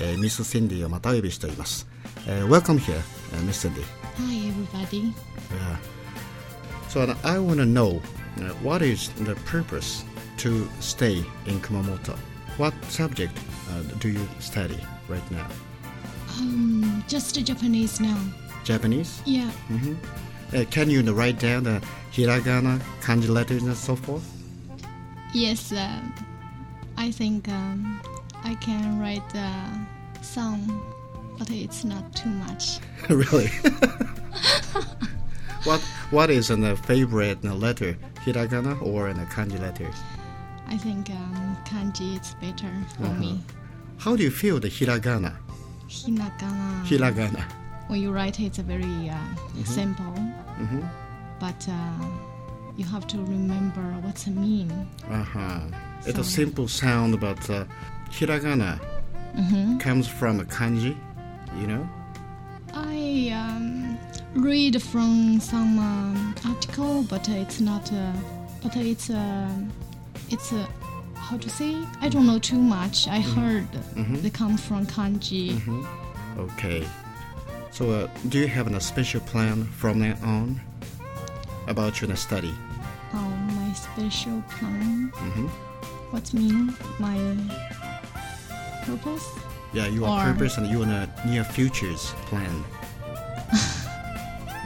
Uh, Miss Cindy Yamataebi しています。Uh, welcome here, uh, Miss Cindy. Hi, everybody. Yeah. So uh, I want to know uh, what is the purpose to stay in Kumamoto? What subject uh, do you study right now? Um, just Japanese now. Japanese? Yeah. Uh, can you write down the hiragana, kanji letters, and so forth? Yes. Um, I think um, I can write uh, some, but it's not too much. really? what What is a favorite uh, letter, hiragana or uh, kanji letters? I think um, kanji is better for me. How do you feel the hiragana? Hinagana. Hiragana. when you write, it's a very uh, simple. But uh, you have to remember what's the mean. Uh huh. It's a So- simple sound, but uh, hiragana Mm-hmm. comes from a kanji, you know? I um, read from some um, article, but it's not. Uh, but it's um it's a how to say? I don't know too much. I heard they come from kanji. Okay. So, uh, do you have a special plan from now on about your study? Um, my special plan. What's mean? My purpose? Yeah, your Or- purpose and your uh, near future's plan.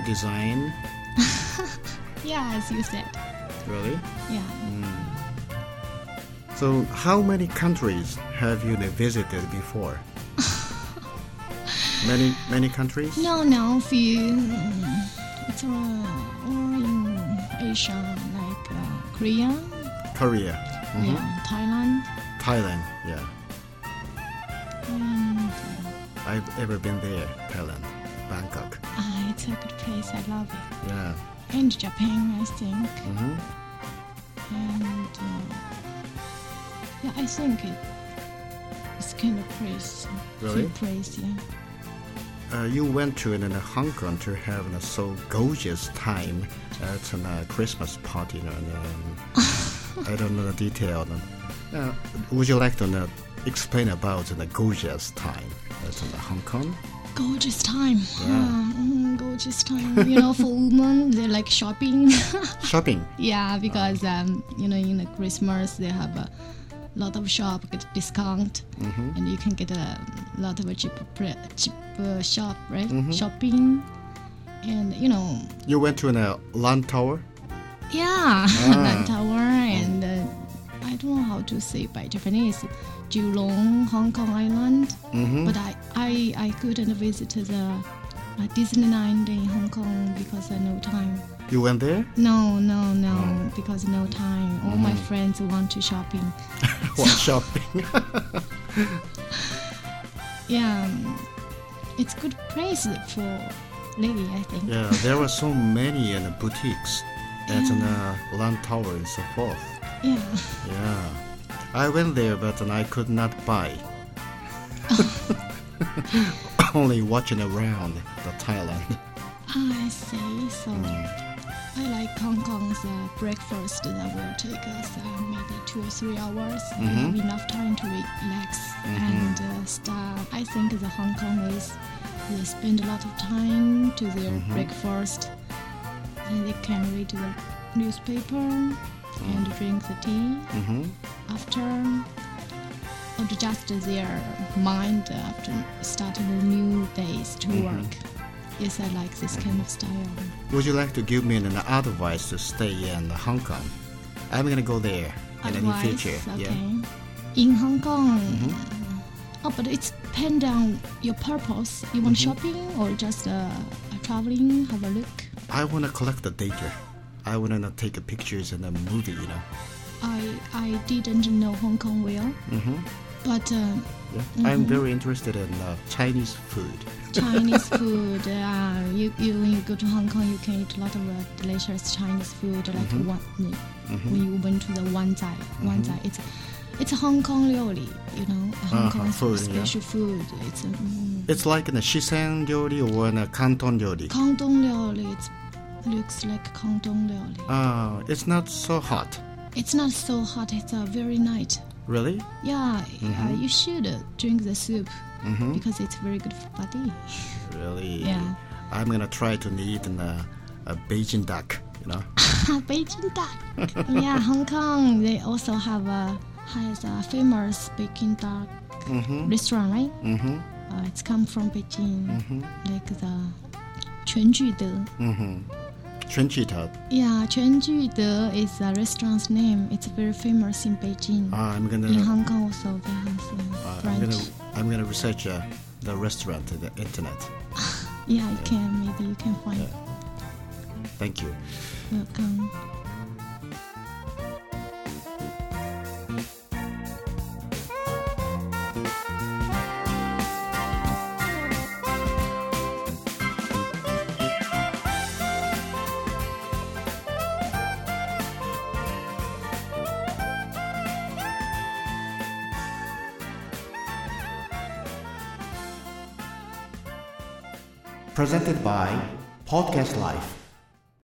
Design, Yeah, as you said. really? Yeah. So, how many countries have you visited before? many, many countries? No, no, few. It's all, all in Asia, like uh, Korea, Korea, mhm, yeah, Thailand. Thailand, yeah. And I've ever been there, Thailand, Bangkok. uh, it's a good place. I love it. Yeah. And Japan, I think. hmm And uh, yeah, I think it, it's kind of place. Really? good place, yeah. Uh, you went to in, in Hong Kong to have a so gorgeous time at a Christmas party. You know, and, um, I don't know the detail. um, Uh, would you like to uh, explain about the gorgeous time at uh, Hong Kong? Gorgeous time. Yeah. Yeah, mm, gorgeous time. you know, for women, they like shopping. Shopping. Yeah, because um, you know, in the Christmas they have a lot of shop get discount, and you can get a lot of cheap pre- cheap uh, shop right shopping, and you know, You went to a land tower. yeah, that tower and uh, I don't know how to say by Japanese, Julong, Hong Kong Island, but I I I couldn't visit the. uh, Disneyland in Hong Kong because I no time. You went there. No, no, no, because no time. All my friends want to shopping. What shopping? Yeah, um, it's good place for lady, I think. yeah, there were so many uh, boutiques at uh, land tower and so forth. Yeah. Yeah, I went there, but then I could not buy. Only watching around the Thailand. Ah, I see. So I like Hong Kong's uh, breakfast that will take us uh, maybe two or three hours. We have enough time to relax and uh, stop. I think the Hong Kongers they spend a lot of time to their breakfast, and they can read the newspaper and drink the tea Mm-hmm. after. Or just their mind after starting a new days to Mm-hmm. work. Yes, I like this kind of style. Would you like to give me an advice to stay in Hong Kong? I'm gonna go there in the near Otherwise, future. okay. Yeah. Mm-hmm. In Hong Kong, oh, but it's depend on your purpose. You want shopping or just uh, traveling? Have a look. I wanna collect the data. I wanna not take pictures in a movie, you know. I I didn't know Hong Kong well, Mm. but uh, Mm-hmm. Yeah? I'm very interested in uh, Chinese food. Chinese food. Uh, you, you when you go to Hong Kong, you can eat a lot of uh, delicious Chinese food. Like Mm-hmm. one, when you went to the Wanzai, Wanzai, it's it's a Hong Kong 料理, you know, a Hong Uh-huh, Kong food, yeah. special food. It's a mm, It's like in a Shisan Ryori or in a Canton Ryori. Kangdong 料理. It looks like Kangdong 料理. Uh, it's not so hot. It's not so hot. It's uh, very night. Really? Yeah, Mm-hmm. uh, you should uh, drink the soup because it's very good for body. Really? Yeah. I'm gonna try to eat uh, a Beijing duck. You know. Beijing duck. yeah, Hong Kong. They also have a has a famous Beijing duck Mm-hmm. restaurant, right? Mhm. Uh, it's come from Beijing, Mm-hmm. Mm. like the Quanjude. Mm-hmm. Trinchita. Yeah, Quanjude is a restaurant's name. It's very famous in Beijing. Uh, I'm gonna. in Hong Kong also they Uh, have uh, I'm branch. gonna. I'm gonna research uh, the restaurant in the internet. Yeah, you can. Maybe you can find. Thank you. Welcome. Presented by Podcast Life.